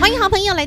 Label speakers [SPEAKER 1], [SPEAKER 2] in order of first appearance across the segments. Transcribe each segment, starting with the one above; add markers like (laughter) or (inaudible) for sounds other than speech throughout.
[SPEAKER 1] 欢迎好朋友来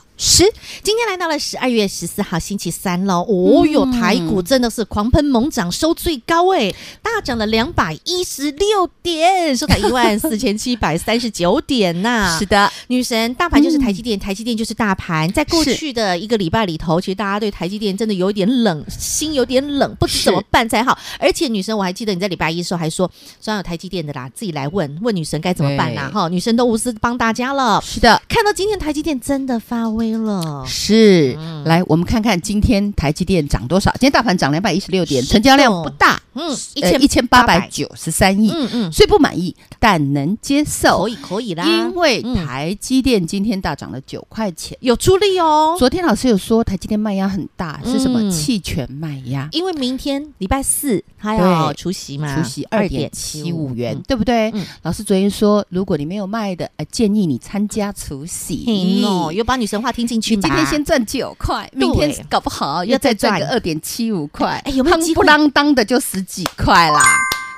[SPEAKER 2] 师，
[SPEAKER 1] 今天来到了十二月十四号星期三喽，哦哟，台股真的是狂喷猛涨，收最高哎，大涨了两百一十六点，收在一万四千七百三十九点呐、
[SPEAKER 2] 是的，
[SPEAKER 1] 女神，大盘就是台积电，台积电就是大盘。在过
[SPEAKER 2] 嗯是
[SPEAKER 1] 去的一个礼拜里头，其实大家对台积电真的有点冷，心有点冷，不知
[SPEAKER 2] 是
[SPEAKER 1] 怎么办才好。而且女神，我还记得你在礼拜一的时候还说，虽然有台积电的啦，自己来问问女神该怎么办啦、
[SPEAKER 2] 对
[SPEAKER 1] 哈，女神都无私帮大家了。
[SPEAKER 2] 是的，
[SPEAKER 1] 看到今天台积电真的发威了，
[SPEAKER 2] 是，
[SPEAKER 1] 嗯
[SPEAKER 2] 来我们看看今天台积电涨多少？今天大盘涨两百一十六点，
[SPEAKER 1] 是的
[SPEAKER 2] 成交量不大，
[SPEAKER 1] 嗯，一
[SPEAKER 2] 呃
[SPEAKER 1] 千
[SPEAKER 2] 一千八百，九十三亿，
[SPEAKER 1] 嗯嗯，
[SPEAKER 2] 所以不满意，但能接受
[SPEAKER 1] 可，以可以啦，
[SPEAKER 2] 因为
[SPEAKER 1] 嗯
[SPEAKER 2] 台积电今天大涨了九块钱。
[SPEAKER 1] 有出力哦。
[SPEAKER 2] 昨天老师有说台积电卖压很大，是什
[SPEAKER 1] 嗯
[SPEAKER 2] 么？弃权卖压。
[SPEAKER 1] 因为明天礼拜四他要
[SPEAKER 2] 对
[SPEAKER 1] 除夕嘛，
[SPEAKER 2] 除夕啊二点七五元，
[SPEAKER 1] 嗯
[SPEAKER 2] 对不对？
[SPEAKER 1] 嗯
[SPEAKER 2] 老师昨天说，如果你没有卖的，呃，建议你参加除
[SPEAKER 1] 嘿
[SPEAKER 2] 夕。
[SPEAKER 1] 哦，有把女神话听进去
[SPEAKER 2] 嗯你
[SPEAKER 1] 吧？
[SPEAKER 2] 今天先赚九块，
[SPEAKER 1] 对
[SPEAKER 2] 明天搞不好
[SPEAKER 1] 要
[SPEAKER 2] 要
[SPEAKER 1] 再
[SPEAKER 2] 再
[SPEAKER 1] 赚
[SPEAKER 2] 赚个二点七五块，
[SPEAKER 1] 哎有没有机会
[SPEAKER 2] 夯不啷当的就十几块啦，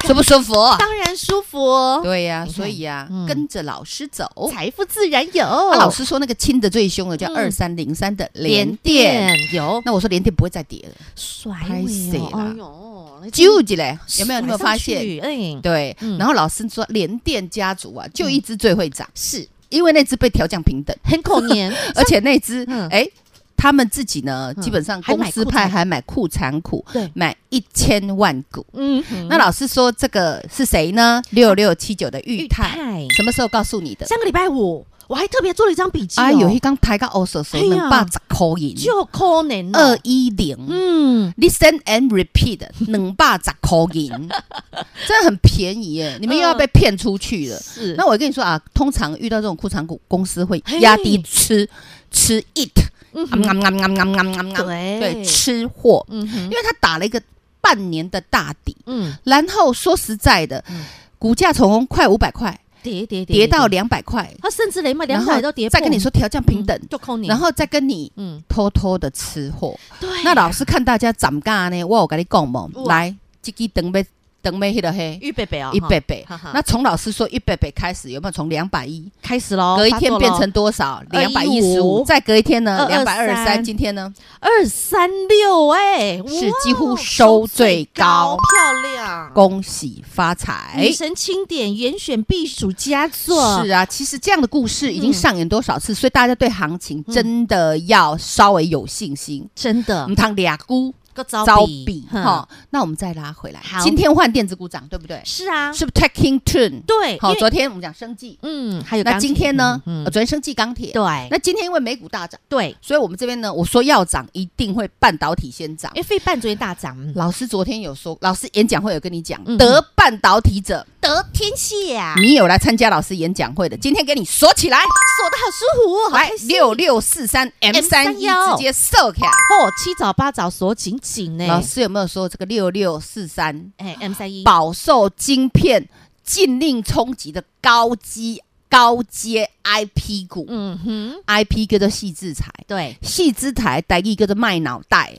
[SPEAKER 2] 舒不舒服？
[SPEAKER 1] (laughs) 当然舒服哦，
[SPEAKER 2] 对呀、
[SPEAKER 1] 你看
[SPEAKER 2] 所以呀、
[SPEAKER 1] 嗯
[SPEAKER 2] 跟着老师走。
[SPEAKER 1] 财富自然有。
[SPEAKER 2] 那老师说那个亲的最凶的叫
[SPEAKER 1] 嗯
[SPEAKER 2] 二三零三的
[SPEAKER 1] 连
[SPEAKER 2] 联电，哎
[SPEAKER 1] 电有
[SPEAKER 2] 那我说联电不会再跌了，
[SPEAKER 1] 甩
[SPEAKER 2] 拍死
[SPEAKER 1] 尾
[SPEAKER 2] 啦
[SPEAKER 1] 哦，哎呦，
[SPEAKER 2] 揪起来有没有？有没
[SPEAKER 1] 甩上
[SPEAKER 2] 有发现？
[SPEAKER 1] 去？哎，
[SPEAKER 2] 对，
[SPEAKER 1] 嗯
[SPEAKER 2] 然后老师说联电家族啊，就一只最会涨，
[SPEAKER 1] 是
[SPEAKER 2] 因为那只被调降平等，
[SPEAKER 1] 很口年，
[SPEAKER 2] 而且那只
[SPEAKER 1] 嗯
[SPEAKER 2] 哎，他们自己呢，
[SPEAKER 1] 嗯
[SPEAKER 2] 基本上
[SPEAKER 1] 还
[SPEAKER 2] 公
[SPEAKER 1] 买
[SPEAKER 2] 司
[SPEAKER 1] 库藏
[SPEAKER 2] 派还买库藏股，
[SPEAKER 1] 对
[SPEAKER 2] 买一千万股。
[SPEAKER 1] (laughs) 嗯，
[SPEAKER 2] 那老师说这个是谁呢？六六七九的
[SPEAKER 1] 裕
[SPEAKER 2] 裕泰，
[SPEAKER 1] 泰哦
[SPEAKER 2] 什么时候告诉你的？
[SPEAKER 1] 上个礼拜五我还特别做了一张笔记哦，
[SPEAKER 2] 哎呦，一刚抬到二手手
[SPEAKER 1] 哎呀
[SPEAKER 2] 能八十口银，
[SPEAKER 1] 就口年
[SPEAKER 2] 二，一零。
[SPEAKER 1] 呃嗯，
[SPEAKER 2] Listen and repeat，能霸十口
[SPEAKER 1] (laughs)
[SPEAKER 2] 银，真的很便宜耶！你们又要被骗出去了。
[SPEAKER 1] 是
[SPEAKER 2] 那我跟你说啊，通常遇到这种库藏股，公司会压低
[SPEAKER 1] 嘿
[SPEAKER 2] 吃吃 it，
[SPEAKER 1] 嗯
[SPEAKER 2] 嗯嗯嗯嗯嗯嗯嗯嗯，
[SPEAKER 1] 对
[SPEAKER 2] 对，吃货，
[SPEAKER 1] 嗯
[SPEAKER 2] 因
[SPEAKER 1] 哼，
[SPEAKER 2] 为他打了一个半年的大底，
[SPEAKER 1] 嗯，
[SPEAKER 2] 然后说实在的
[SPEAKER 1] 嗯，
[SPEAKER 2] 股价从快五百块
[SPEAKER 1] 跌跌
[SPEAKER 2] 跌到，两百块，
[SPEAKER 1] 他甚至连卖两
[SPEAKER 2] 然后
[SPEAKER 1] 百都跌破，
[SPEAKER 2] 再跟你说调降平等
[SPEAKER 1] 嗯，就扣年，
[SPEAKER 2] 然后再跟你
[SPEAKER 1] 嗯，
[SPEAKER 2] 偷偷的吃货。
[SPEAKER 1] 对，
[SPEAKER 2] 那老师看大家涨价呢，我有跟你讲嘛
[SPEAKER 1] 哇，
[SPEAKER 2] 来，这个等呗等呗，迄个嘿，
[SPEAKER 1] 预备备啊，
[SPEAKER 2] 一百倍
[SPEAKER 1] 哈哈。
[SPEAKER 2] 那从老师说一百倍开始，有没有从两百一？
[SPEAKER 1] 开始喽，
[SPEAKER 2] 隔一天
[SPEAKER 1] 哦发作哦
[SPEAKER 2] 变
[SPEAKER 1] 咯
[SPEAKER 2] 成多少？两百一十
[SPEAKER 1] 215
[SPEAKER 2] 五，再隔一天呢？两百二十
[SPEAKER 1] 223
[SPEAKER 2] 三，今天呢？
[SPEAKER 1] 二三六，哎，
[SPEAKER 2] 是
[SPEAKER 1] 哇
[SPEAKER 2] 几乎收最高
[SPEAKER 1] 漂亮。
[SPEAKER 2] 恭喜发财
[SPEAKER 1] 女！神钦点严选避暑佳作，
[SPEAKER 2] 是啊，其实这样的故事已
[SPEAKER 1] 嗯
[SPEAKER 2] 经上演多少次，所以大家对行情真的要稍微有信心。
[SPEAKER 1] 真的
[SPEAKER 2] 唔通俩股
[SPEAKER 1] 个嗯招
[SPEAKER 2] 嗯招比
[SPEAKER 1] 哼
[SPEAKER 2] 哈，那我们再拉回来
[SPEAKER 1] 好。
[SPEAKER 2] 今天换电子股涨，对不对？
[SPEAKER 1] 是啊，
[SPEAKER 2] 是不是 taking turn？
[SPEAKER 1] 对，
[SPEAKER 2] 好，
[SPEAKER 1] 因为
[SPEAKER 2] 昨天我们讲生技，
[SPEAKER 1] 嗯，还有
[SPEAKER 2] 那
[SPEAKER 1] 钢铁
[SPEAKER 2] 今天呢？
[SPEAKER 1] 嗯
[SPEAKER 2] 呃，昨天生技钢铁，
[SPEAKER 1] 对，
[SPEAKER 2] 那今天因为美股大涨，
[SPEAKER 1] 对，
[SPEAKER 2] 所以我们这边呢，我说要涨，一定会半导体先涨
[SPEAKER 1] 因。为费半昨天大涨，嗯
[SPEAKER 2] 老师昨天有说，老师演讲会有跟你讲
[SPEAKER 1] 嗯，
[SPEAKER 2] 得半导体者，
[SPEAKER 1] 得天啊下，
[SPEAKER 2] 你有来参加老师演讲会的，今天给你锁起来，
[SPEAKER 1] 锁的好舒服，好
[SPEAKER 2] 来
[SPEAKER 1] 开心
[SPEAKER 2] 哎六六四三 M 三一
[SPEAKER 1] M31
[SPEAKER 2] 直接收起来。
[SPEAKER 1] 哦，七早八早锁紧紧呢，
[SPEAKER 2] 老师有没有说这个六六四三
[SPEAKER 1] 哎，M 三一，
[SPEAKER 2] 饱受晶片禁令冲击的高基高阶 IP 股、
[SPEAKER 1] 嗯哼，
[SPEAKER 2] i p 叫做细制裁，
[SPEAKER 1] 对，
[SPEAKER 2] 细制裁代意叫做卖脑袋，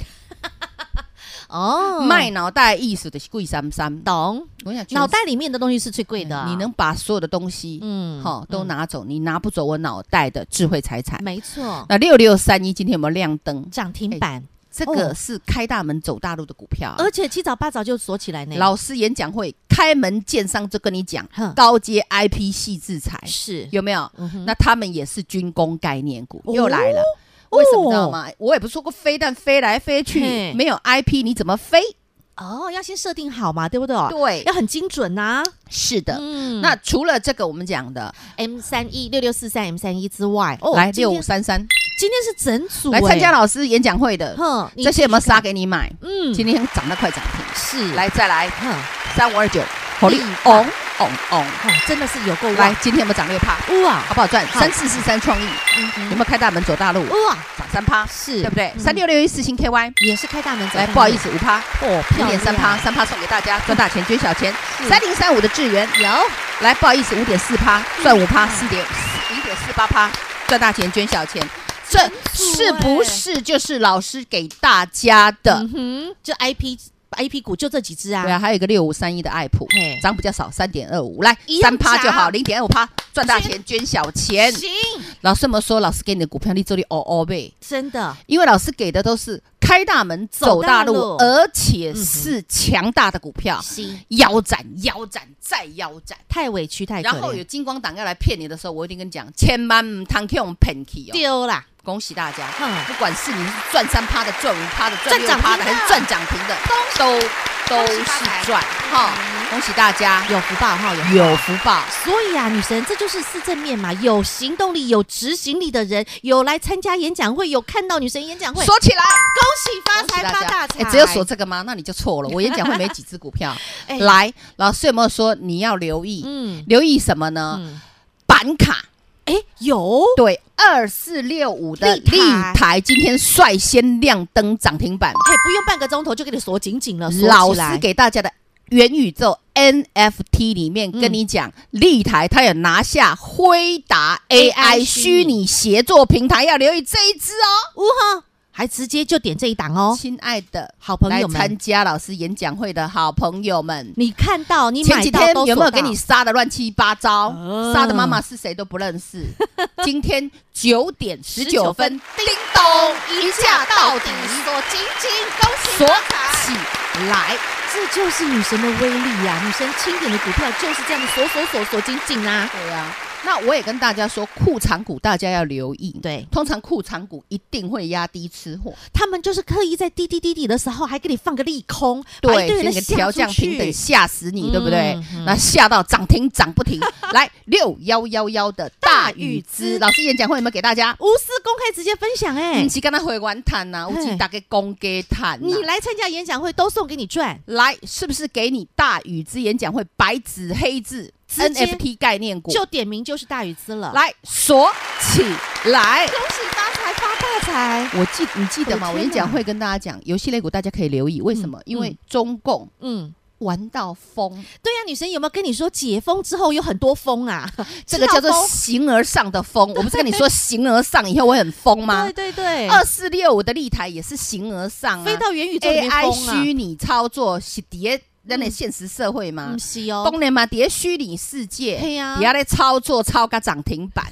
[SPEAKER 1] 哦，
[SPEAKER 2] 卖脑袋的意思就是贵三三。
[SPEAKER 1] 懂，
[SPEAKER 2] 我想
[SPEAKER 1] 脑袋里面的东西是最贵的，
[SPEAKER 2] 嗯
[SPEAKER 1] 啊
[SPEAKER 2] 你能把所有的东西，
[SPEAKER 1] 嗯
[SPEAKER 2] 好都
[SPEAKER 1] 嗯
[SPEAKER 2] 拿走，你拿不走我脑袋的智慧财产。
[SPEAKER 1] 没错，
[SPEAKER 2] 那六六三一今天有没有亮灯？
[SPEAKER 1] 涨停板，
[SPEAKER 2] 这
[SPEAKER 1] 哦
[SPEAKER 2] 个是开大门走大路的股票啊、
[SPEAKER 1] 而且七早八早就锁起来呢。
[SPEAKER 2] 老师演讲会开门见山就跟你讲
[SPEAKER 1] 哼，
[SPEAKER 2] 高阶 IP 细制裁
[SPEAKER 1] 哎是，
[SPEAKER 2] 有没有？
[SPEAKER 1] 嗯哼
[SPEAKER 2] 那他们也是军工概念股，
[SPEAKER 1] 哦
[SPEAKER 2] 又来了。
[SPEAKER 1] 哦
[SPEAKER 2] 为什么知道吗？我也不是说过飞弹飞来飞去
[SPEAKER 1] 嘿，
[SPEAKER 2] 没有 IP 你怎么飞？
[SPEAKER 1] 哦，要先设定好嘛，对不对？
[SPEAKER 2] 对，
[SPEAKER 1] 要很精准呐、
[SPEAKER 2] 是的。
[SPEAKER 1] 嗯
[SPEAKER 2] 那除了这个我们讲的，
[SPEAKER 1] M 三一六六四三 M 三一之外，哦
[SPEAKER 2] 来六
[SPEAKER 1] 今
[SPEAKER 2] 五
[SPEAKER 1] 天
[SPEAKER 2] 三三，
[SPEAKER 1] 今天是整组
[SPEAKER 2] 来参加
[SPEAKER 1] 了，
[SPEAKER 2] 老师演讲会的，
[SPEAKER 1] 哼，你
[SPEAKER 2] 这些有没有杀
[SPEAKER 1] 继续
[SPEAKER 2] 给你买？
[SPEAKER 1] 看？嗯，
[SPEAKER 2] 今天涨到快涨停，
[SPEAKER 1] 是，
[SPEAKER 2] 来再来
[SPEAKER 1] 哼，
[SPEAKER 2] 三五二九，火力
[SPEAKER 1] 力
[SPEAKER 2] 嗡嗡嗡，
[SPEAKER 1] 哇，真的是有够
[SPEAKER 2] 来
[SPEAKER 1] 来，
[SPEAKER 2] 今天有没有涨六趴？
[SPEAKER 1] 哇，
[SPEAKER 2] 好不好赚？
[SPEAKER 1] 好
[SPEAKER 2] 三四四三创意
[SPEAKER 1] 嗯
[SPEAKER 2] 有
[SPEAKER 1] 哼
[SPEAKER 2] 没有开大门走大路？
[SPEAKER 1] 哇，
[SPEAKER 2] 涨三趴，
[SPEAKER 1] 是
[SPEAKER 2] 对不对？
[SPEAKER 1] 嗯
[SPEAKER 2] 三六六一四星 KY，
[SPEAKER 1] 也是开大门走
[SPEAKER 2] 来
[SPEAKER 1] 大
[SPEAKER 2] 不好
[SPEAKER 1] 路
[SPEAKER 2] 意，思五趴，
[SPEAKER 1] 哦，
[SPEAKER 2] 一
[SPEAKER 1] 漂
[SPEAKER 2] 点
[SPEAKER 1] 亮嗯
[SPEAKER 2] 三趴，三趴送给大家，赚大钱捐小钱。
[SPEAKER 1] 是
[SPEAKER 2] 三零三五的智源
[SPEAKER 1] 有
[SPEAKER 2] 来不好意思五点四趴，赚五趴，
[SPEAKER 1] 嗯
[SPEAKER 2] 四点零点四八趴，赚大钱捐小钱。这是不是就是老师给大家的？
[SPEAKER 1] 嗯哼，就 IP IP 股就这几只啊，
[SPEAKER 2] 对啊，还有一个六五三一的爱普
[SPEAKER 1] 嘿，
[SPEAKER 2] 涨比较少，三点二五，来
[SPEAKER 1] 一样
[SPEAKER 2] 三趴就好，
[SPEAKER 1] 涨
[SPEAKER 2] 零点二五趴，赚大钱捐小钱。
[SPEAKER 1] 行，
[SPEAKER 2] 老师有没有说，老师给你的股票你做的哦哦呗？
[SPEAKER 1] 真的
[SPEAKER 2] 因为老师给的都是开大门走大
[SPEAKER 1] 走
[SPEAKER 2] 路，
[SPEAKER 1] 大路嗯
[SPEAKER 2] 而且是强大的股票，
[SPEAKER 1] 行，
[SPEAKER 2] 腰斩、腰斩再腰斩。
[SPEAKER 1] 太委屈太可
[SPEAKER 2] 然后有
[SPEAKER 1] 怜，
[SPEAKER 2] 金光党要来骗你的时候，我一定跟你讲，千万唔通去用骗去哦。
[SPEAKER 1] 丢啦，
[SPEAKER 2] 恭喜大家，
[SPEAKER 1] 哼
[SPEAKER 2] 不管是你是赚三趴的、赚五趴的、赚
[SPEAKER 1] 赚
[SPEAKER 2] 六
[SPEAKER 1] 涨
[SPEAKER 2] 趴的，
[SPEAKER 1] 停的
[SPEAKER 2] 还是赚涨停的，都都
[SPEAKER 1] 恭喜发财
[SPEAKER 2] 是赚哈。恭喜大家
[SPEAKER 1] 有福报哈，有福报
[SPEAKER 2] 有福报，
[SPEAKER 1] 所以啊，女神，这就是是正面嘛，有行动力、有执行力的人，有来参加演讲会，有看到女神演讲会，
[SPEAKER 2] 说起来。
[SPEAKER 1] 恭喜发
[SPEAKER 2] 恭喜
[SPEAKER 1] 财发大财。
[SPEAKER 2] 哎只有锁这个吗？那你就
[SPEAKER 1] (laughs)
[SPEAKER 2] 错了。我演讲会没几只股票。
[SPEAKER 1] 哎
[SPEAKER 2] 来，老师有没有说你要留意？
[SPEAKER 1] 嗯
[SPEAKER 2] 留意什么呢？
[SPEAKER 1] 嗯，
[SPEAKER 2] 板卡
[SPEAKER 1] 哎，有
[SPEAKER 2] 对二四六五的
[SPEAKER 1] 立
[SPEAKER 2] 立
[SPEAKER 1] 台
[SPEAKER 2] 台今天率先亮灯涨停板，
[SPEAKER 1] 哎，不用半个钟头就给你锁紧紧了，
[SPEAKER 2] 老
[SPEAKER 1] 锁起
[SPEAKER 2] 师
[SPEAKER 1] 来。
[SPEAKER 2] 给大家的元宇宙 NFT 里面跟
[SPEAKER 1] 嗯
[SPEAKER 2] 你讲，立台它有拿下辉达
[SPEAKER 1] AI
[SPEAKER 2] AI
[SPEAKER 1] 虚拟
[SPEAKER 2] 虚拟协作平台，要留意这一支哦，
[SPEAKER 1] 呜哈，还直接就点这一档哦，
[SPEAKER 2] 亲爱的
[SPEAKER 1] 好朋
[SPEAKER 2] 来
[SPEAKER 1] 友
[SPEAKER 2] 参
[SPEAKER 1] 们，
[SPEAKER 2] 加老师演讲会的好朋友们。
[SPEAKER 1] 你看到你
[SPEAKER 2] 前
[SPEAKER 1] 买
[SPEAKER 2] 几
[SPEAKER 1] 到
[SPEAKER 2] 天
[SPEAKER 1] 都
[SPEAKER 2] 有没有
[SPEAKER 1] 锁
[SPEAKER 2] 给
[SPEAKER 1] 到
[SPEAKER 2] 你杀的乱七八糟
[SPEAKER 1] 哦？
[SPEAKER 2] 杀的妈妈是谁都不
[SPEAKER 1] (laughs)
[SPEAKER 2] 认识。今天九点十
[SPEAKER 1] 19
[SPEAKER 2] 九
[SPEAKER 1] 分
[SPEAKER 2] 分，叮咚一下到底，
[SPEAKER 1] 锁紧紧，恭喜
[SPEAKER 2] 锁
[SPEAKER 1] 发财
[SPEAKER 2] 起来。
[SPEAKER 1] 这就是女神的威力呀、女神清点的股票就是这样子锁锁锁锁紧紧啊。
[SPEAKER 2] 对啊，那我也跟大家说，库藏股大家要留意。
[SPEAKER 1] 对
[SPEAKER 2] 通常库藏股一定会压低吃货，
[SPEAKER 1] 他们就是刻意在滴滴滴滴的时候，还给你放个利空，把一堆
[SPEAKER 2] 所以
[SPEAKER 1] 人
[SPEAKER 2] 你的
[SPEAKER 1] 吓
[SPEAKER 2] 调
[SPEAKER 1] 出
[SPEAKER 2] 降
[SPEAKER 1] 去
[SPEAKER 2] 平等吓死你，
[SPEAKER 1] 嗯
[SPEAKER 2] 对不对
[SPEAKER 1] 嗯？
[SPEAKER 2] 那吓到涨停涨
[SPEAKER 1] (laughs)
[SPEAKER 2] 不停。来六幺幺幺的
[SPEAKER 1] 大
[SPEAKER 2] 大
[SPEAKER 1] 禹
[SPEAKER 2] 禹
[SPEAKER 1] 之
[SPEAKER 2] 之老师演讲会有没有给大家？
[SPEAKER 1] 无私公开直接分享哎、
[SPEAKER 2] 不是跟他回玩谈呐，我
[SPEAKER 1] 嘿
[SPEAKER 2] 只打给公给谈。
[SPEAKER 1] 你来参加演讲会都送给你赚，
[SPEAKER 2] 来，是不是给你大禹之演讲会白纸黑字
[SPEAKER 1] 直接
[SPEAKER 2] NFT 概念股？
[SPEAKER 1] 就点名就是大禹资了。，
[SPEAKER 2] 来锁起来。
[SPEAKER 1] 恭喜发财发大财。
[SPEAKER 2] 我记你记得吗？
[SPEAKER 1] 我嗯
[SPEAKER 2] 我
[SPEAKER 1] 的天哪啊
[SPEAKER 2] 演讲会跟大家讲，游戏类股大家可以留意，为什么？因为中共
[SPEAKER 1] 嗯，
[SPEAKER 2] 玩到疯，
[SPEAKER 1] 对呀、女神有没有跟你说解封之后有很多风啊？
[SPEAKER 2] (laughs) 这个
[SPEAKER 1] 知道
[SPEAKER 2] 叫做
[SPEAKER 1] 疯
[SPEAKER 2] 形而上
[SPEAKER 1] (laughs)
[SPEAKER 2] 的疯。我不是跟你说形而上以后我很疯吗
[SPEAKER 1] 对？对对，
[SPEAKER 2] 二四六五的立台也是形而上啊
[SPEAKER 1] 飞到元宇宙里面
[SPEAKER 2] ，AI
[SPEAKER 1] 疯啊，
[SPEAKER 2] 虚拟操作是叠那
[SPEAKER 1] 嗯
[SPEAKER 2] 那现实社会吗
[SPEAKER 1] 嗯？是哦，
[SPEAKER 2] 当然嘛，叠虚拟世界，
[SPEAKER 1] 嘿呀
[SPEAKER 2] 底下在操作超个涨停
[SPEAKER 1] (laughs)
[SPEAKER 2] 板。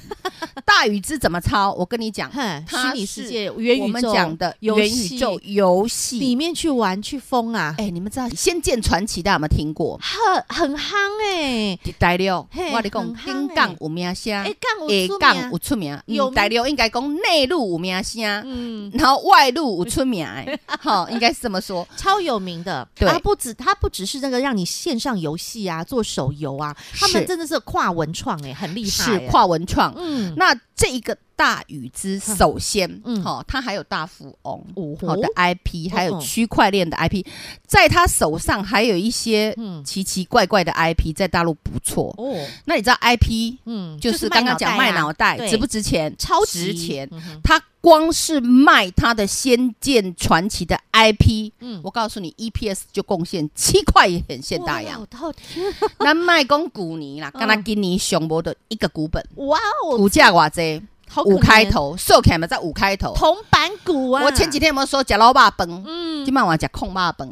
[SPEAKER 2] 大禹之怎么抄？我跟你讲，
[SPEAKER 1] 哼，
[SPEAKER 2] 它
[SPEAKER 1] 虚拟世
[SPEAKER 2] 是
[SPEAKER 1] 界元宇宙
[SPEAKER 2] 我们讲的
[SPEAKER 1] 游
[SPEAKER 2] 元
[SPEAKER 1] 戏
[SPEAKER 2] 宇宙游
[SPEAKER 1] 里
[SPEAKER 2] 戏。
[SPEAKER 1] 面去玩去疯啊，
[SPEAKER 2] 哎，你们知道《仙剑传奇》大家有没有听过？
[SPEAKER 1] 很很夯哎、
[SPEAKER 2] 第六，
[SPEAKER 1] 嘿
[SPEAKER 2] 我跟你讲
[SPEAKER 1] 很夯
[SPEAKER 2] 顶杠有名声，
[SPEAKER 1] 哎、
[SPEAKER 2] 下
[SPEAKER 1] 杠我出名
[SPEAKER 2] 啊杠有出名。
[SPEAKER 1] 有
[SPEAKER 2] 嗯，第六应该讲内陆有名声，
[SPEAKER 1] 嗯，
[SPEAKER 2] 然后外陆有出名。哎好，应该是这么说。
[SPEAKER 1] 超有名的。
[SPEAKER 2] 对
[SPEAKER 1] 它不止它不只是那个让你线上游戏啊，做手游啊，他们
[SPEAKER 2] 是
[SPEAKER 1] 真的是跨文创哎、很厉害、
[SPEAKER 2] 是
[SPEAKER 1] 欸。，
[SPEAKER 2] 跨文创。
[SPEAKER 1] 嗯，
[SPEAKER 2] 那这一个大禹之，首先，
[SPEAKER 1] 嗯
[SPEAKER 2] 嗯，好，他还有大富翁，
[SPEAKER 1] 哦吼
[SPEAKER 2] 好的 IP，还
[SPEAKER 1] 嗯
[SPEAKER 2] 有
[SPEAKER 1] 嗯
[SPEAKER 2] 区块链的 IP，在他手上还有一些
[SPEAKER 1] 嗯
[SPEAKER 2] 奇奇怪怪的 IP，在大陆不错。
[SPEAKER 1] 哦，
[SPEAKER 2] 那你知道 IP
[SPEAKER 1] 嗯，
[SPEAKER 2] 就是刚刚讲卖脑袋
[SPEAKER 1] 啊对
[SPEAKER 2] 值不值钱？
[SPEAKER 1] 超级
[SPEAKER 2] 值钱。
[SPEAKER 1] 嗯哼
[SPEAKER 2] 他光是卖他的《仙剑传奇》的 IP，
[SPEAKER 1] 嗯
[SPEAKER 2] 我告诉你，EPS 就贡献七块，也很现大洋 (laughs)
[SPEAKER 1] 哇。我的天
[SPEAKER 2] 那卖公股尼啦，
[SPEAKER 1] 嗯
[SPEAKER 2] 刚刚给你熊博的一个股本，
[SPEAKER 1] 哇哦，
[SPEAKER 2] 股价哇这
[SPEAKER 1] 好可
[SPEAKER 2] 五
[SPEAKER 1] 怜
[SPEAKER 2] 开头，售起来嘛在五开头。
[SPEAKER 1] 铜板股啊，
[SPEAKER 2] 我前几天有没有说假老爸崩？
[SPEAKER 1] 嗯
[SPEAKER 2] 今晚我讲控霸崩，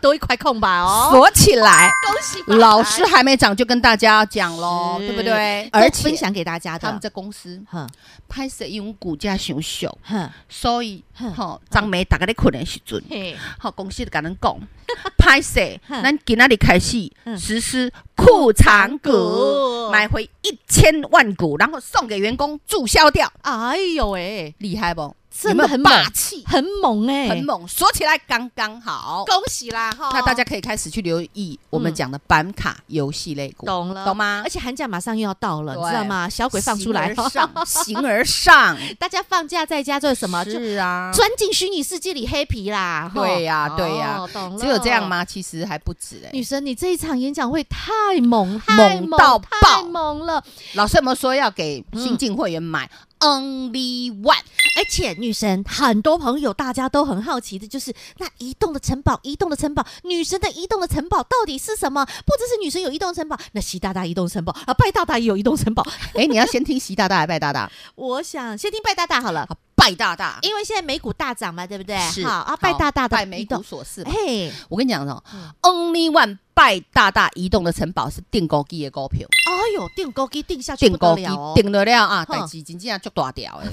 [SPEAKER 1] 多一块空吧哦，
[SPEAKER 2] 锁
[SPEAKER 1] (laughs)
[SPEAKER 2] 起来。
[SPEAKER 1] 恭喜发财
[SPEAKER 2] 老师还没涨就跟大家讲喽，
[SPEAKER 1] 是
[SPEAKER 2] 对不对？
[SPEAKER 1] 而
[SPEAKER 2] 而
[SPEAKER 1] 且分
[SPEAKER 2] 且
[SPEAKER 1] 享给大家
[SPEAKER 2] 他们
[SPEAKER 1] 的，
[SPEAKER 2] 这公司
[SPEAKER 1] 哼
[SPEAKER 2] 拍摄因为股价上秀，
[SPEAKER 1] 哼
[SPEAKER 2] 所以
[SPEAKER 1] 哼
[SPEAKER 2] 吼张梅大家在困的时阵，
[SPEAKER 1] 嘿，
[SPEAKER 2] 吼公司就跟咱讲， (laughs) 拍摄
[SPEAKER 1] 哼
[SPEAKER 2] 咱今仔日开始
[SPEAKER 1] 嗯
[SPEAKER 2] 实施库藏
[SPEAKER 1] 股
[SPEAKER 2] 股，买回一千万股，然后送给员工注销掉，
[SPEAKER 1] 哎呦喂、
[SPEAKER 2] 厉害不？有
[SPEAKER 1] 真的
[SPEAKER 2] 没有
[SPEAKER 1] 很猛
[SPEAKER 2] 霸气，
[SPEAKER 1] 很猛哎、
[SPEAKER 2] 很猛，说起来刚刚好。
[SPEAKER 1] 恭喜啦哈！
[SPEAKER 2] 那大家可以开始去留意我们讲的板卡游戏类股，
[SPEAKER 1] 懂了
[SPEAKER 2] 懂吗
[SPEAKER 1] 而？且寒假马上又要到了，你
[SPEAKER 2] 对
[SPEAKER 1] 知道吗？小鬼放出来
[SPEAKER 2] 形而上，形而上，
[SPEAKER 1] (laughs) 大家放假在家 (laughs) 做什么？就是
[SPEAKER 2] 啊，
[SPEAKER 1] 钻进虚拟世界里黑皮啦！哈
[SPEAKER 2] 对呀对呀
[SPEAKER 1] 哦懂了。
[SPEAKER 2] 只有这样？吗？其实还不止哎
[SPEAKER 1] 女。神，你这一场演讲会太猛，太
[SPEAKER 2] 猛到爆
[SPEAKER 1] 太猛了！
[SPEAKER 2] 老师有没有说要给新进会员买 only
[SPEAKER 1] (laughs)
[SPEAKER 2] one？
[SPEAKER 1] 而且女神，很多朋友大家都很好奇的，就是那移动的城堡，移动的城堡，女神的移动的城堡到底是什么？不只是女神有移动城堡，那习大大移动城堡啊，拜大大也有移动城堡。
[SPEAKER 2] 哎，你要先听习大大还是拜大大？
[SPEAKER 1] 我想先听啊拜大大好了，
[SPEAKER 2] 啊拜大大，
[SPEAKER 1] 因为现在美股大涨嘛，对不对？
[SPEAKER 2] 是
[SPEAKER 1] 好啊，拜大大的
[SPEAKER 2] 拜
[SPEAKER 1] 移
[SPEAKER 2] 美
[SPEAKER 1] 动嗯
[SPEAKER 2] 股，所示嘛。
[SPEAKER 1] 嘿，
[SPEAKER 2] 我跟你讲哦，only one 拜大大移动的城堡是定高基的股票。
[SPEAKER 1] 哎呦，定高给定下去
[SPEAKER 2] 定
[SPEAKER 1] 不得
[SPEAKER 2] 高基
[SPEAKER 1] 了哦，
[SPEAKER 2] 定得了啊，
[SPEAKER 1] 哼
[SPEAKER 2] 代志真正足大条诶。 (laughs)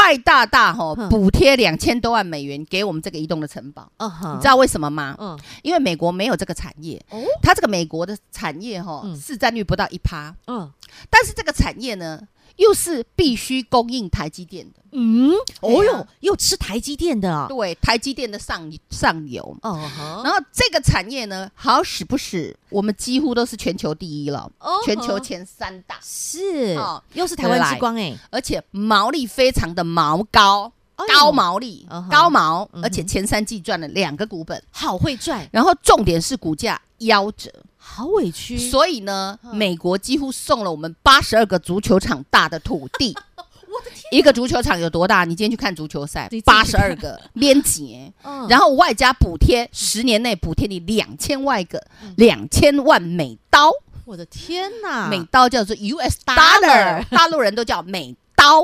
[SPEAKER 2] 拜大大吼
[SPEAKER 1] 哼
[SPEAKER 2] 补贴两千多万美元给我们这个移动的城堡，
[SPEAKER 1] 嗯哼，
[SPEAKER 2] 你知道为什么吗？
[SPEAKER 1] 嗯，
[SPEAKER 2] 因为美国没有这个产业，
[SPEAKER 1] 哦，
[SPEAKER 2] 它这个美国的产业吼
[SPEAKER 1] 嗯
[SPEAKER 2] 市占率不到一趴，
[SPEAKER 1] 嗯
[SPEAKER 2] 但是这个产业呢又是必须供应台积电的，
[SPEAKER 1] 嗯，哦
[SPEAKER 2] 对
[SPEAKER 1] 哟
[SPEAKER 2] 啊，
[SPEAKER 1] 又吃台积电的哦，
[SPEAKER 2] 对，台积电的上上游。
[SPEAKER 1] 哦哈，
[SPEAKER 2] 然后这个产业呢，好死不死，我们几乎都是全球第一了，
[SPEAKER 1] 哦
[SPEAKER 2] 全球前三大，
[SPEAKER 1] 是
[SPEAKER 2] 哦，
[SPEAKER 1] 又是台湾之光哎，
[SPEAKER 2] 而且毛利非常的毛高。
[SPEAKER 1] 哎呦
[SPEAKER 2] 高，毛利
[SPEAKER 1] 嗯哼，
[SPEAKER 2] 高毛
[SPEAKER 1] 嗯哼，
[SPEAKER 2] 而且前三季赚了两个股本，
[SPEAKER 1] 好会赚，
[SPEAKER 2] 然后重点是股价夭折，
[SPEAKER 1] 好委屈，
[SPEAKER 2] 所以呢，
[SPEAKER 1] 嗯
[SPEAKER 2] 美国几乎送了我们八十二个足球场大的土地。
[SPEAKER 1] 我的天，
[SPEAKER 2] 一个足球场有多大？你今天去看足球赛
[SPEAKER 1] 你，自
[SPEAKER 2] 八
[SPEAKER 1] 己
[SPEAKER 2] 十
[SPEAKER 1] 看
[SPEAKER 2] 二个连结，
[SPEAKER 1] 嗯
[SPEAKER 2] 然后外加补贴，十年内补贴你两千万个，
[SPEAKER 1] 嗯
[SPEAKER 2] 两千万美刀，
[SPEAKER 1] 我的天哪，
[SPEAKER 2] 美刀叫做 US
[SPEAKER 1] Dollar
[SPEAKER 2] dollar，大陆人都叫美
[SPEAKER 1] (laughs)
[SPEAKER 2] 刀。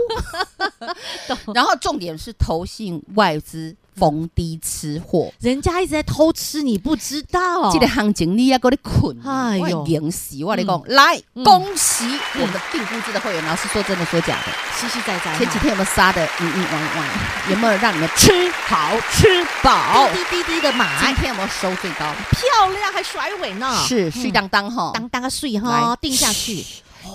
[SPEAKER 2] 然后重点是投信外资逢低吃货。
[SPEAKER 1] 人家一直在偷吃，你不知道，
[SPEAKER 2] 这个行情你也搁咧困，
[SPEAKER 1] 哦哎
[SPEAKER 2] 哎
[SPEAKER 1] 呦
[SPEAKER 2] 呦，零食我跟你讲，来
[SPEAKER 1] 嗯
[SPEAKER 2] 恭喜我们的定估值的会员。老师说真的说假的？
[SPEAKER 1] 实实在在哈，
[SPEAKER 2] 前几天有没有杀的嗯嗯嗯嗯，有没有让你们吃好吃饱？
[SPEAKER 1] 滴滴滴滴的
[SPEAKER 2] 今
[SPEAKER 1] 买，
[SPEAKER 2] 天有没有收最高？嗯
[SPEAKER 1] 漂亮还甩尾呢，
[SPEAKER 2] 哎是是当当哈，
[SPEAKER 1] 当当个税哈
[SPEAKER 2] 来
[SPEAKER 1] 定下去，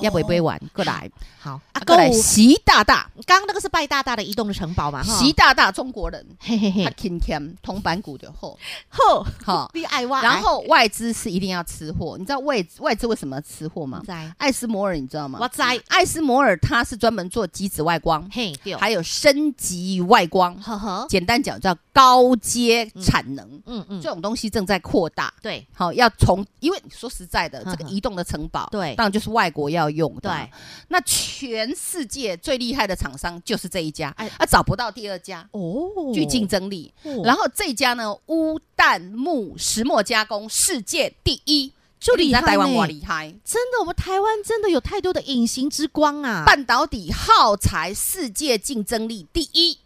[SPEAKER 2] 要不要不会玩？过来，
[SPEAKER 1] 好啊，
[SPEAKER 2] 嗯
[SPEAKER 1] 购
[SPEAKER 2] 过来，
[SPEAKER 1] 物。
[SPEAKER 2] 习大大，啊
[SPEAKER 1] 刚刚那个是拜大大的移动的城堡嘛，哈，
[SPEAKER 2] 习大大中国人，
[SPEAKER 1] 嘿嘿
[SPEAKER 2] 他
[SPEAKER 1] 嘿，哦
[SPEAKER 2] 天天铜板股的后
[SPEAKER 1] 吼，，
[SPEAKER 2] 哈 (laughs)
[SPEAKER 1] 你爱我，
[SPEAKER 2] 然后外资是一定要吃货，你知道外外资为什么要吃货吗？
[SPEAKER 1] 在，
[SPEAKER 2] 艾斯摩尔你知道吗？
[SPEAKER 1] 哎我知，
[SPEAKER 2] 艾斯摩尔它是专门做极紫外光，
[SPEAKER 1] 嘿，对，
[SPEAKER 2] 还有哦升级外光，
[SPEAKER 1] 呵呵，
[SPEAKER 2] 简单讲叫高阶产能，
[SPEAKER 1] 嗯嗯，
[SPEAKER 2] 这种东西正在扩大。
[SPEAKER 1] 对
[SPEAKER 2] 好，要从因为说实在的，
[SPEAKER 1] 呵呵
[SPEAKER 2] 这个移动的城堡，
[SPEAKER 1] 对
[SPEAKER 2] 当然就是外国要用的。
[SPEAKER 1] 对，，
[SPEAKER 2] 那全世界最厉害的厂商就是这一家
[SPEAKER 1] 哎，
[SPEAKER 2] 啊，找不到第二家。
[SPEAKER 1] 哦
[SPEAKER 2] 具竞，争力，
[SPEAKER 1] 哦
[SPEAKER 2] 然后这家呢，乌蛋木石墨加工世界第一，
[SPEAKER 1] 就厉害
[SPEAKER 2] 你知道台湾
[SPEAKER 1] 呢
[SPEAKER 2] 我厉害，
[SPEAKER 1] 真的，我们台湾真的有太多的隐形之光啊，
[SPEAKER 2] 半导体耗材世界竞争力第一，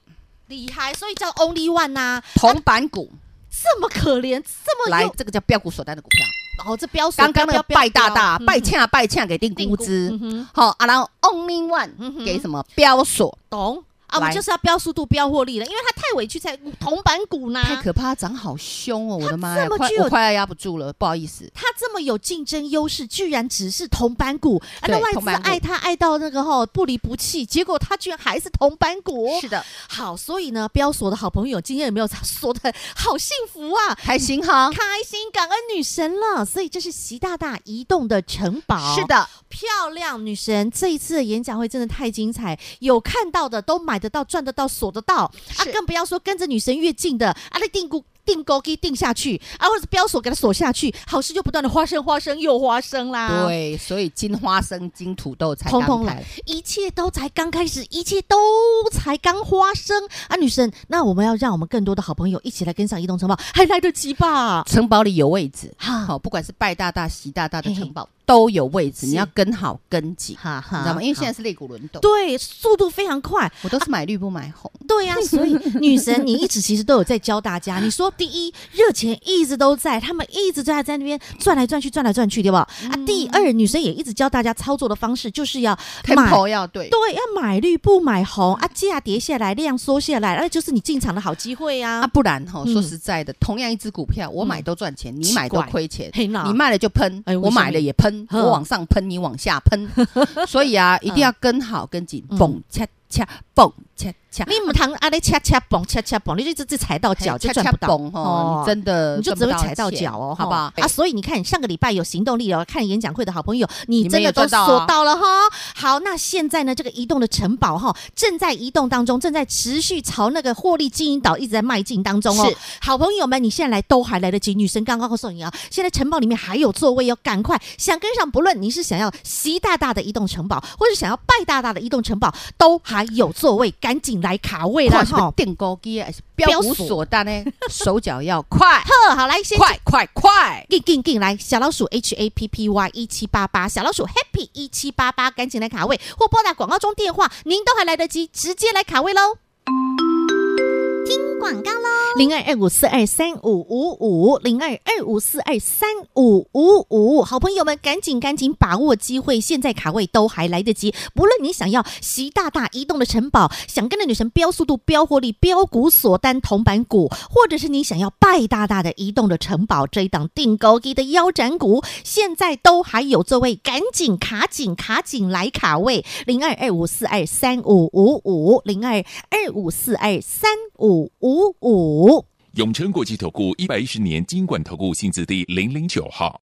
[SPEAKER 1] 厉害，所以叫 Only One 呐、
[SPEAKER 2] 铜板股，
[SPEAKER 1] 这么可怜，这么
[SPEAKER 2] 来
[SPEAKER 1] 哦有，
[SPEAKER 2] 这个叫标股锁单的股票。
[SPEAKER 1] 哦，这标嗯
[SPEAKER 2] 刚刚那个拜大大拜
[SPEAKER 1] 欠
[SPEAKER 2] 恰拜啊恰给定估值，好啊，然后 only
[SPEAKER 1] 嗯哼
[SPEAKER 2] one 给什么标锁，
[SPEAKER 1] 懂啊？我们
[SPEAKER 2] 来
[SPEAKER 1] 就是要标速度、标获利了，因为它太委屈才铜板股呢，
[SPEAKER 2] 太可怕，它涨好凶哦，我的妈呀，
[SPEAKER 1] 啊这么
[SPEAKER 2] 快
[SPEAKER 1] 具有
[SPEAKER 2] 我快要压不住了，不好意思。
[SPEAKER 1] 它这么有竞争优势，居然只是铜板股，啊、
[SPEAKER 2] 对
[SPEAKER 1] 那外
[SPEAKER 2] 铜
[SPEAKER 1] 资
[SPEAKER 2] 板股
[SPEAKER 1] 爱它爱到那个吼、不离不弃，结果它居然还是铜板股，
[SPEAKER 2] 是的，
[SPEAKER 1] 好，所以呢，标所的好朋友今天有没有说的好幸福啊？
[SPEAKER 2] 开心哈，
[SPEAKER 1] 开心，感恩女神了。所以这是习大大移动的城堡，
[SPEAKER 2] 是，的，
[SPEAKER 1] 漂亮女神这一次的演讲会真的太精彩，有看到的都买得到、赚得到、锁得到啊，
[SPEAKER 2] 是
[SPEAKER 1] 更不要说跟着女神越近的啊，那定股。定勾给定下去啊，或者是标锁给它锁下去，好事就不断的花生花生又花生啦。，
[SPEAKER 2] 对，所以金花生、金土豆
[SPEAKER 1] 啊
[SPEAKER 2] 才
[SPEAKER 1] 通通
[SPEAKER 2] 刚
[SPEAKER 1] 来
[SPEAKER 2] 开，
[SPEAKER 1] 一切都才刚开始，一切都才刚发生啊！女神，那我们要让我们更多的好朋友一起来跟上移动城堡，还来得及吧？
[SPEAKER 2] 城堡里有位置，
[SPEAKER 1] 哈
[SPEAKER 2] 好，不管是拜大大、习大大的城堡都有位置，
[SPEAKER 1] 是
[SPEAKER 2] 你要跟好跟紧，
[SPEAKER 1] 哈哈
[SPEAKER 2] 你知道吗？因为现在
[SPEAKER 1] 在
[SPEAKER 2] 是肋骨轮动，
[SPEAKER 1] 对速度非常快，
[SPEAKER 2] 我都是买绿不买红，
[SPEAKER 1] 对呀、所以
[SPEAKER 2] (laughs)
[SPEAKER 1] 女神你一直其实都有在教大家。你说第一，热钱一直都在，他们一直在在那边转来转去，转来转去，对吧？啊，
[SPEAKER 2] 嗯
[SPEAKER 1] 第二，女神也一直教大家操作的方式，就是要买
[SPEAKER 2] tempo 要对。
[SPEAKER 1] 对，要买绿不买红啊，价跌下来，量缩下来，那就是你进场的好机会呀、
[SPEAKER 2] 啊，不然哈，
[SPEAKER 1] 嗯
[SPEAKER 2] 说实在的，同样一只股票，我买都赚钱，你买都亏钱。
[SPEAKER 1] 嘿呐
[SPEAKER 2] 你卖了就喷
[SPEAKER 1] 哎，为
[SPEAKER 2] 我
[SPEAKER 1] 什么
[SPEAKER 2] 买了也喷，
[SPEAKER 1] 哼
[SPEAKER 2] 我往上
[SPEAKER 1] (laughs)
[SPEAKER 2] 喷，你往下喷。所以啊，一定要跟好跟紧，
[SPEAKER 1] 嗯
[SPEAKER 2] 蹦恰恰，蹦恰掐，
[SPEAKER 1] 你母堂啊，那掐掐蹦，掐掐蹦，你就一直直踩到脚就赚不到
[SPEAKER 2] 蹦哦，你真的
[SPEAKER 1] 你就只
[SPEAKER 2] 赚
[SPEAKER 1] 会
[SPEAKER 2] 不
[SPEAKER 1] 踩到
[SPEAKER 2] 钱
[SPEAKER 1] 脚哦，
[SPEAKER 2] 好不好
[SPEAKER 1] 吼？啊，所以你看上个礼拜有行动力哦，看演讲会的好朋友，你
[SPEAKER 2] 你们
[SPEAKER 1] 真的
[SPEAKER 2] 也
[SPEAKER 1] 都
[SPEAKER 2] 赚到啊
[SPEAKER 1] 锁到了哈。好，那现在呢，这个移动的城堡哈，正在移动当中，正在持续朝那个获利经营岛一直在迈进当中哦
[SPEAKER 2] 是。
[SPEAKER 1] 好朋友们，你现在来都还来得及，女神刚刚告诉你啊，现在城堡里面还有座位哦，赶快想跟上，不论你是想要习大大的移动城堡，或是想要拜大大的移动城堡，都还有座位，赶紧来卡位啦
[SPEAKER 2] 看是不是
[SPEAKER 1] 哈。
[SPEAKER 2] 电高机还是
[SPEAKER 1] 标
[SPEAKER 2] 标无
[SPEAKER 1] 锁
[SPEAKER 2] 所但呢？
[SPEAKER 1] (laughs)
[SPEAKER 2] 手脚要快，
[SPEAKER 1] 呵，好来先
[SPEAKER 2] 快快快！
[SPEAKER 1] 进进进来，小老鼠 H A P P Y 一七八八，小老鼠 Happy 一七八八，赶紧来卡位或拨打广告中电话，您都还来得及，直接来卡位喽。听广告喽，零二二五四二三五五五，零二二五四二三五五五，好朋友们，赶紧赶紧把握机会，现在卡位都还来得及。不论你想要习大大移动的城堡，想跟着女神飙速度、飙活力、飙股锁单铜板股，或者是你想要拜大大的移动的城堡这一档定高低的腰斩股，现在都还有座位，赶紧卡紧卡紧来卡位，零二二五四二三五五五，零二二五四二三五五五。
[SPEAKER 3] 永诚国际投顾一百一十年金管投顾新字第零零九号。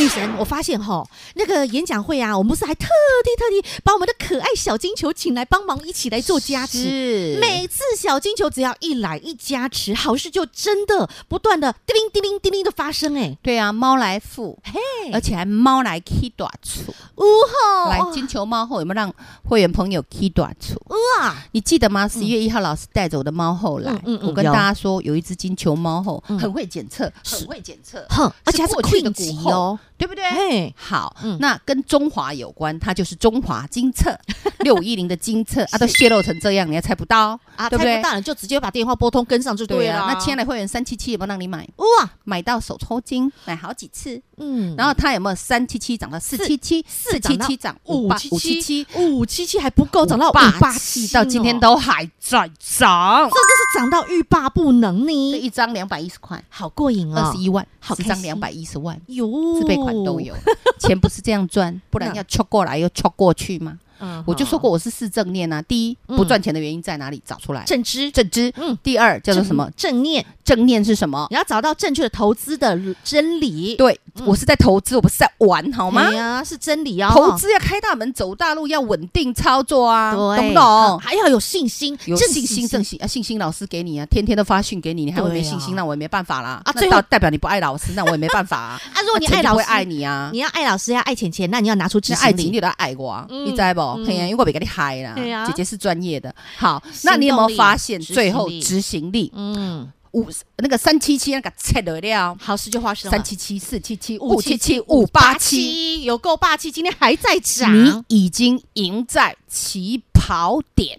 [SPEAKER 1] 女神，我发现哈，那个演讲会啊，我们不是还特地特地把我们的可爱小金球请来帮忙，一起来做加持。
[SPEAKER 2] 是
[SPEAKER 1] 每次小金球只要一来一加持，好事就真的不断的叮铃叮铃叮铃的发生哎、
[SPEAKER 2] 对啊，猫来富，
[SPEAKER 1] 嘿，哦
[SPEAKER 2] 而且还猫来 key 短处。
[SPEAKER 1] 呜吼，
[SPEAKER 2] 来，金球猫后有没有让会员朋友 key 短处？
[SPEAKER 1] 啊，
[SPEAKER 2] 你记得吗？十一月一号，老师带着我的猫后来
[SPEAKER 1] 嗯嗯，嗯
[SPEAKER 2] 我跟
[SPEAKER 1] 有
[SPEAKER 2] 大家说，有一只金球猫后
[SPEAKER 1] 嗯
[SPEAKER 2] 很会检测，
[SPEAKER 1] 是
[SPEAKER 2] 很会检测，
[SPEAKER 1] 哼，而 (laughs) 且还是
[SPEAKER 2] 过去的
[SPEAKER 1] Queen
[SPEAKER 2] 股
[SPEAKER 1] 级
[SPEAKER 2] 后
[SPEAKER 1] 哦，
[SPEAKER 2] 对不对？
[SPEAKER 1] 嘿，
[SPEAKER 2] 好
[SPEAKER 1] 嗯，
[SPEAKER 2] 那跟中华有关，它就是中华金 (laughs) 策六一零的金策啊，都泄露成这样，你还猜不到
[SPEAKER 1] 啊，太
[SPEAKER 2] 对不对
[SPEAKER 1] 不？大了，就直接把电话拨通跟上就
[SPEAKER 2] 对
[SPEAKER 1] 了。
[SPEAKER 2] 啊，那亲爱的会员三七七有没有让你买？
[SPEAKER 1] 哇，
[SPEAKER 2] 买到手抽筋，买好几次，
[SPEAKER 1] 嗯，
[SPEAKER 2] 然后它有没有三七七涨到四七七，
[SPEAKER 1] 四
[SPEAKER 2] 四
[SPEAKER 1] 涨
[SPEAKER 2] 七
[SPEAKER 1] 到
[SPEAKER 2] 七涨
[SPEAKER 1] 五
[SPEAKER 2] 五
[SPEAKER 1] 七
[SPEAKER 2] 七哦七
[SPEAKER 1] 七，五七七还不够，涨到五八
[SPEAKER 2] 霸
[SPEAKER 1] 七
[SPEAKER 2] 气，
[SPEAKER 1] 哦，
[SPEAKER 2] 到今天都还在涨
[SPEAKER 1] 这，就是涨到欲罢不能
[SPEAKER 2] 这
[SPEAKER 1] 呢，
[SPEAKER 2] 一张两百一十块，
[SPEAKER 1] 好过瘾啊！
[SPEAKER 2] 二十一万，
[SPEAKER 1] 好
[SPEAKER 2] 十
[SPEAKER 1] 开
[SPEAKER 2] 张
[SPEAKER 1] 心
[SPEAKER 2] 两百一十万，
[SPEAKER 1] 有
[SPEAKER 2] 自备款都，有，钱不是这样赚， (laughs) 不然
[SPEAKER 1] 那
[SPEAKER 2] 要戳过来又戳过去吗？
[SPEAKER 1] 嗯
[SPEAKER 2] 我就说过我是四正念啊，第一
[SPEAKER 1] 嗯
[SPEAKER 2] 不赚钱的原因在哪里？找出来，
[SPEAKER 1] 正知，
[SPEAKER 2] 正知。
[SPEAKER 1] 嗯，
[SPEAKER 2] 第二叫做什么？
[SPEAKER 1] 正正念，
[SPEAKER 2] 正念是什么？
[SPEAKER 1] 你要找到正确的投资的真理，
[SPEAKER 2] 对
[SPEAKER 1] 嗯
[SPEAKER 2] 我是在投资，我不是在玩，好吗
[SPEAKER 1] 哎？呀，是真理哦，
[SPEAKER 2] 投资要开大门走大路，要稳定操作啊，
[SPEAKER 1] 对
[SPEAKER 2] 懂不懂？
[SPEAKER 1] 还要有信心，
[SPEAKER 2] 有
[SPEAKER 1] 正
[SPEAKER 2] 信心，正信啊，信心老师给你啊，天天都发讯给你，你还会
[SPEAKER 1] 对
[SPEAKER 2] 没
[SPEAKER 1] 啊
[SPEAKER 2] 信心，那我也没办法啦。
[SPEAKER 1] 啊
[SPEAKER 2] 那
[SPEAKER 1] 最后
[SPEAKER 2] 到代表你不爱老师，那我也没办法啊。
[SPEAKER 1] (laughs) 啊，如果你爱
[SPEAKER 2] 那钱就
[SPEAKER 1] 老
[SPEAKER 2] 不会
[SPEAKER 1] 师，
[SPEAKER 2] 爱你啊
[SPEAKER 1] 你，要爱老师，要爱钱钱，那你要拿出执
[SPEAKER 2] 那
[SPEAKER 1] 行
[SPEAKER 2] 爱情
[SPEAKER 1] 力。
[SPEAKER 2] 你都要爱我啊，
[SPEAKER 1] 嗯
[SPEAKER 2] 你知道不？
[SPEAKER 1] 嗯
[SPEAKER 2] 嘿呀，因为我比给你嗨啦
[SPEAKER 1] 对啊。
[SPEAKER 2] 姐姐是专业的，好，
[SPEAKER 1] 行
[SPEAKER 2] 那你有没
[SPEAKER 1] 动力
[SPEAKER 2] 有发现
[SPEAKER 1] 执行
[SPEAKER 2] 最后
[SPEAKER 1] 力
[SPEAKER 2] 执行力
[SPEAKER 1] 嗯，
[SPEAKER 2] 五那个三七七那个切得了？
[SPEAKER 1] 好事就发生了。
[SPEAKER 2] 三七七四七七
[SPEAKER 1] 五
[SPEAKER 2] 五
[SPEAKER 1] 七
[SPEAKER 2] 七
[SPEAKER 1] 七
[SPEAKER 2] 七五八七，
[SPEAKER 1] 七有够霸气，今天还在涨。
[SPEAKER 2] 你已经赢在起跑点。